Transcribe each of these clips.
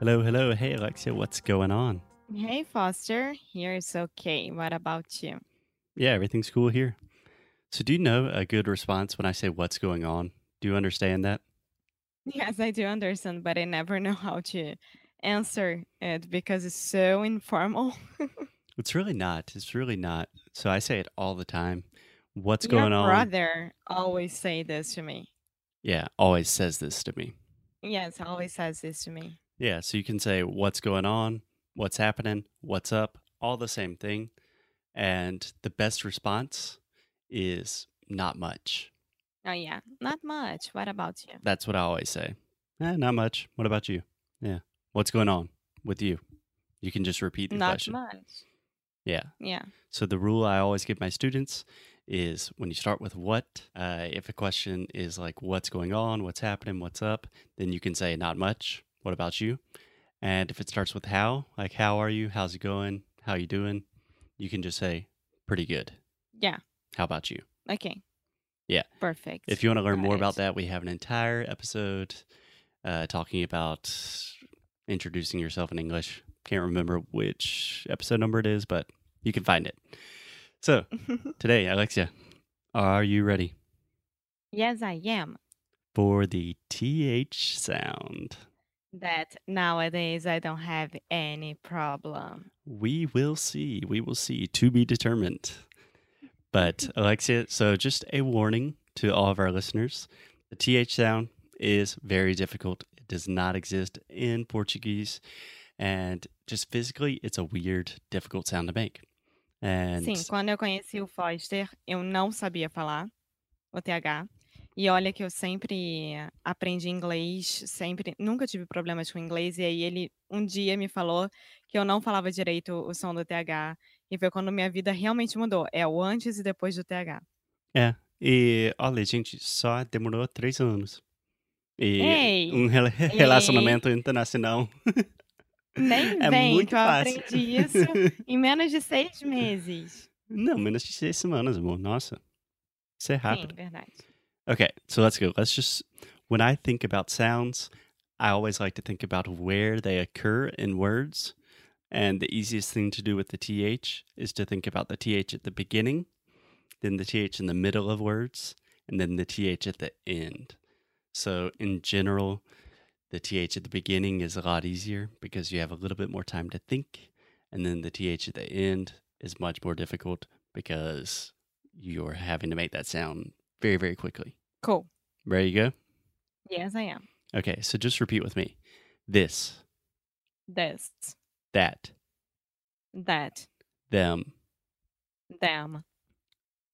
Hello, hello. Hey, Alexia, what's going on? Hey Foster, here's okay. What about you? Yeah, everything's cool here. So, do you know a good response when I say what's going on? Do you understand that? Yes, I do understand, but I never know how to answer it because it's so informal. It's really not. It's really not. So, I say it all the time. What's Your going on? brother always say this to me. Yeah, always says this to me. Yes, always says this to me. Yeah, so you can say what's going on, what's happening, what's up, all the same thing. And the best response is not much. Oh yeah, not much. What about you? That's what I always say. Eh, not much. What about you? Yeah. What's going on with you? You can just repeat the Not question. much. Yeah. Yeah. So the rule I always give my students is when you start with what, uh, if a question is like what's going on, what's happening, what's up, then you can say not much. What about you? And if it starts with how, like how are you, how's it going, how you doing, you can just say pretty good. Yeah. How about you? Okay. Yeah. Perfect. If you want to learn Got more it. about that, we have an entire episode uh, talking about introducing yourself in English. Can't remember which episode number it is, but you can find it. So Today, Alexia, are you ready yes, I am. for the TH sound? That nowadays I don't have any problem. We will see. We will see to be determined. But, Alexia, so just a warning to all of our listeners the TH sound is very difficult. It does not exist in Portuguese. And just physically, it's a weird, difficult sound to make. And Sim, quando eu conheci o Foster, eu não sabia falar o TH. E olha que eu sempre aprendi inglês, sempre, nunca tive problemas com inglês. E aí ele um dia me falou que eu não falava direito o som do TH. E foi quando minha vida realmente mudou. É o antes e depois do TH. E olha, gente, só demorou três anos. E Ei! um rela- relacionamento internacional. Nem É vem muito que eu fácil. aprendi isso em menos de seis meses. Não, menos de seis semanas, amor. Nossa. Isso é rápido. Sim, verdade. Okay, so let's go. Let's just, when I think about sounds, I always like to think about where they occur in words. And the easiest thing to do with the TH is to think about the TH at the beginning, then the TH in the middle of words, and then the TH at the end. So, in general, the TH at the beginning is a lot easier because you have a little bit more time to think. And then the TH at the end is much more difficult because you're having to make that sound very, very quickly. Cool. Ready to Yes, I am. go? Okay, so just repeat with me. This, This, that, that, them, them,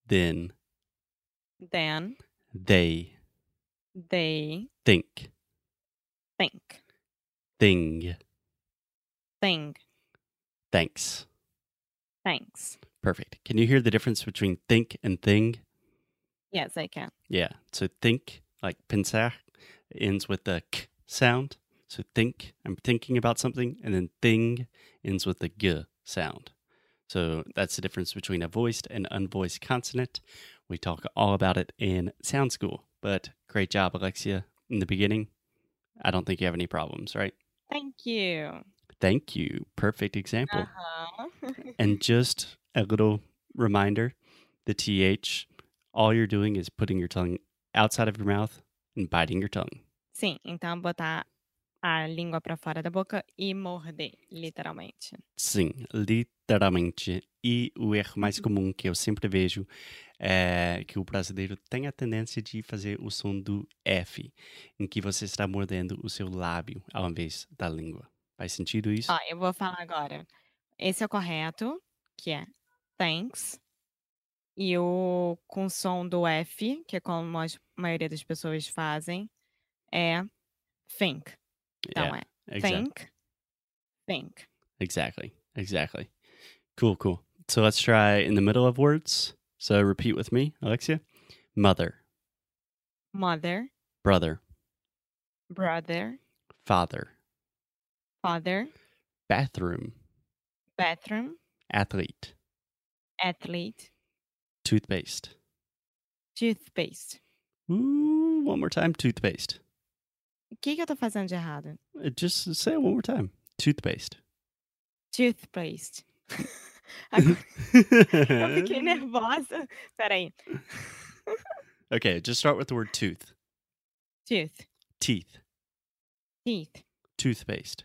then, then, they, they, think, think. thing, thing. thanks. Thanks. Perfect. Can you hear the difference between think and thing? Yes, I can. Yeah. So think, like pensar, ends with the k sound. So think, I'm thinking about something, and then thing ends with the g sound. So that's the difference between a voiced and unvoiced consonant. We talk all about it in sound school. But great job, Alexia, in the beginning. I don't think you have any problems, right? Thank you. Thank you. Perfect example. Uh-huh. Ah. And just a little reminder the TH, all you're doing is putting your tongue outside of your mouth and biting your tongue. Sim, então botar a língua pra fora da boca e morder, literalmente. Sim, literalmente. E o erro mais Uhum. comum que eu sempre vejo é que o brasileiro tem a tendência de fazer o som do F, em que você está mordendo o seu lábio ao invés da língua. Faz sentido isso? Ó, eu vou falar agora. Esse é o correto, que é thanks, E o com som do F, que é como a maioria das pessoas fazem, é think. Então yeah, é exactly. think, think. Exactly. Exactly. Cool, cool. So let's try in the middle of words. So repeat with me, Alexia. Mother, Mother, brother, brother, father, father, bathroom, bathroom, athlete, athlete, toothpaste. toothpaste. Ooh, one more time, toothpaste. O que, que eu tô fazendo de errado? Uh, Just say it one more time. Toothpaste. Toothpaste. Agora É. eu fiquei nervosa. Peraí. okay, just start with the word tooth. Tooth, Teeth. teeth, Toothpaste.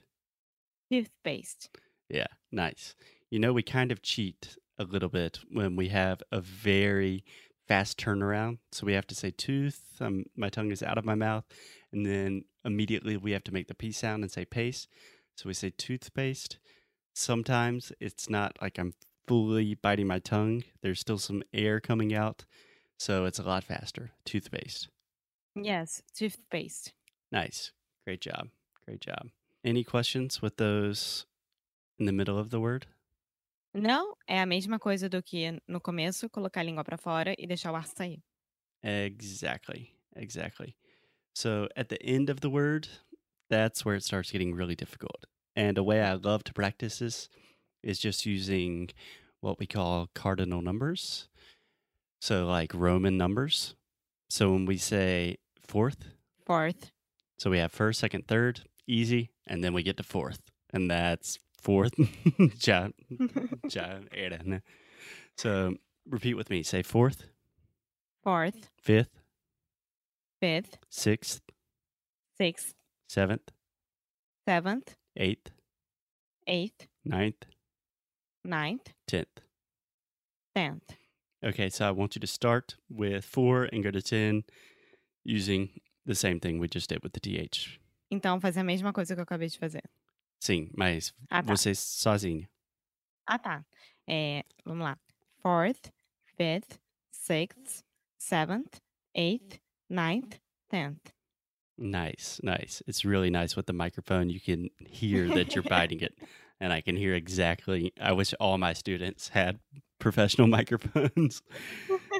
toothpaste. Yeah, nice. You know, we kind of cheat a little bit when we have a very fast turnaround. So we have to say tooth, um, my tongue is out of my mouth, and then immediately we have to make the P sound and say paste. So we say toothpaste. Sometimes it's not like I'm fully biting my tongue, there's still some air coming out. So it's a lot faster. Toothpaste. Yes, toothpaste. Nice. Great job. Great job. Any questions with those in the middle of the word? Não é a mesma coisa do que no começo, colocar a língua pra fora e deixar o ar sair. Exactly. Exactly. So at the end of the word, that's where it starts getting really difficult. And a way I love to practice this is just using what we call cardinal numbers. So like Roman numbers. So when we say fourth, Fourth, so we have first, second, third, easy, and then we get to fourth. And that's fourth. Ja- ja- era, né? so repeat with me. Say fourth, fourth, fifth, fifth, sixth, sixth, seventh, seventh, eighth, eighth, ninth, ninth, tenth. tenth. Okay, so I want you to start with four and go to ten using the same thing we just did with the TH. Então, fazer a mesma coisa que eu acabei de fazer. Sim, mas Ah, tá. você sozinho. Ah, tá. É, vamos lá. Fourth, fifth, sixth, seventh, eighth, ninth, tenth. Nice, nice. It's really nice with the microphone. You can hear that you're biting it, and I can hear exactly. I wish all my students had professional microphones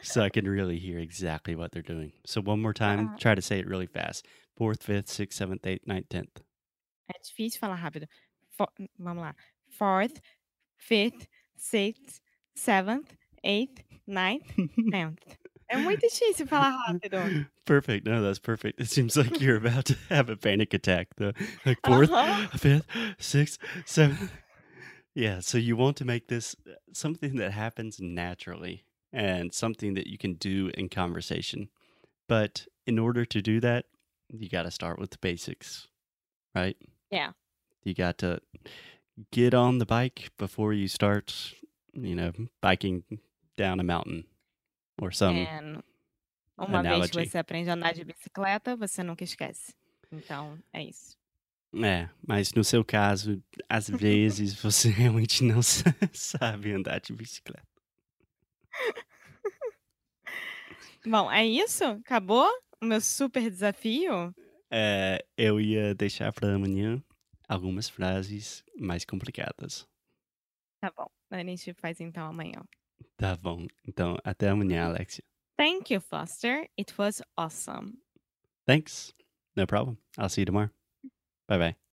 so I can really hear exactly what they're doing. So, one more time, Uh-uh. try to say it really fast fourth, fifth, sixth, seventh, eighth, ninth, tenth. É difícil falar rápido. Fo- vamos lá. Fourth, fifth, sixth, seventh, eighth, ninth, tenth. É muito difícil falar rápido. Perfect. No, that's perfect. It seems like you're about to have a panic attack, though. Like 4th Uh-huh. fifth, sixth, seventh. Yeah. So you want to make this uh, something that happens naturally and something that you can do in conversation. But in order to do that, you got to start with the basics, right? Yeah. You got to get on the bike before you start, you know, biking down a mountain or some. And É, uma vez que analogy. você aprende a andar de bicicleta, você nunca esquece. Então, é isso. É, mas no seu caso, às vezes você realmente não sa- sabe andar de bicicleta. Bom, é isso? Acabou o meu super desafio? É, eu ia deixar para amanhã algumas frases mais complicadas. Tá bom. A gente faz então amanhã. Tá bom. Então, até amanhã, Alexia. Thank you, Foster. It was awesome. Thanks. No problem. I'll see you tomorrow. Bye bye.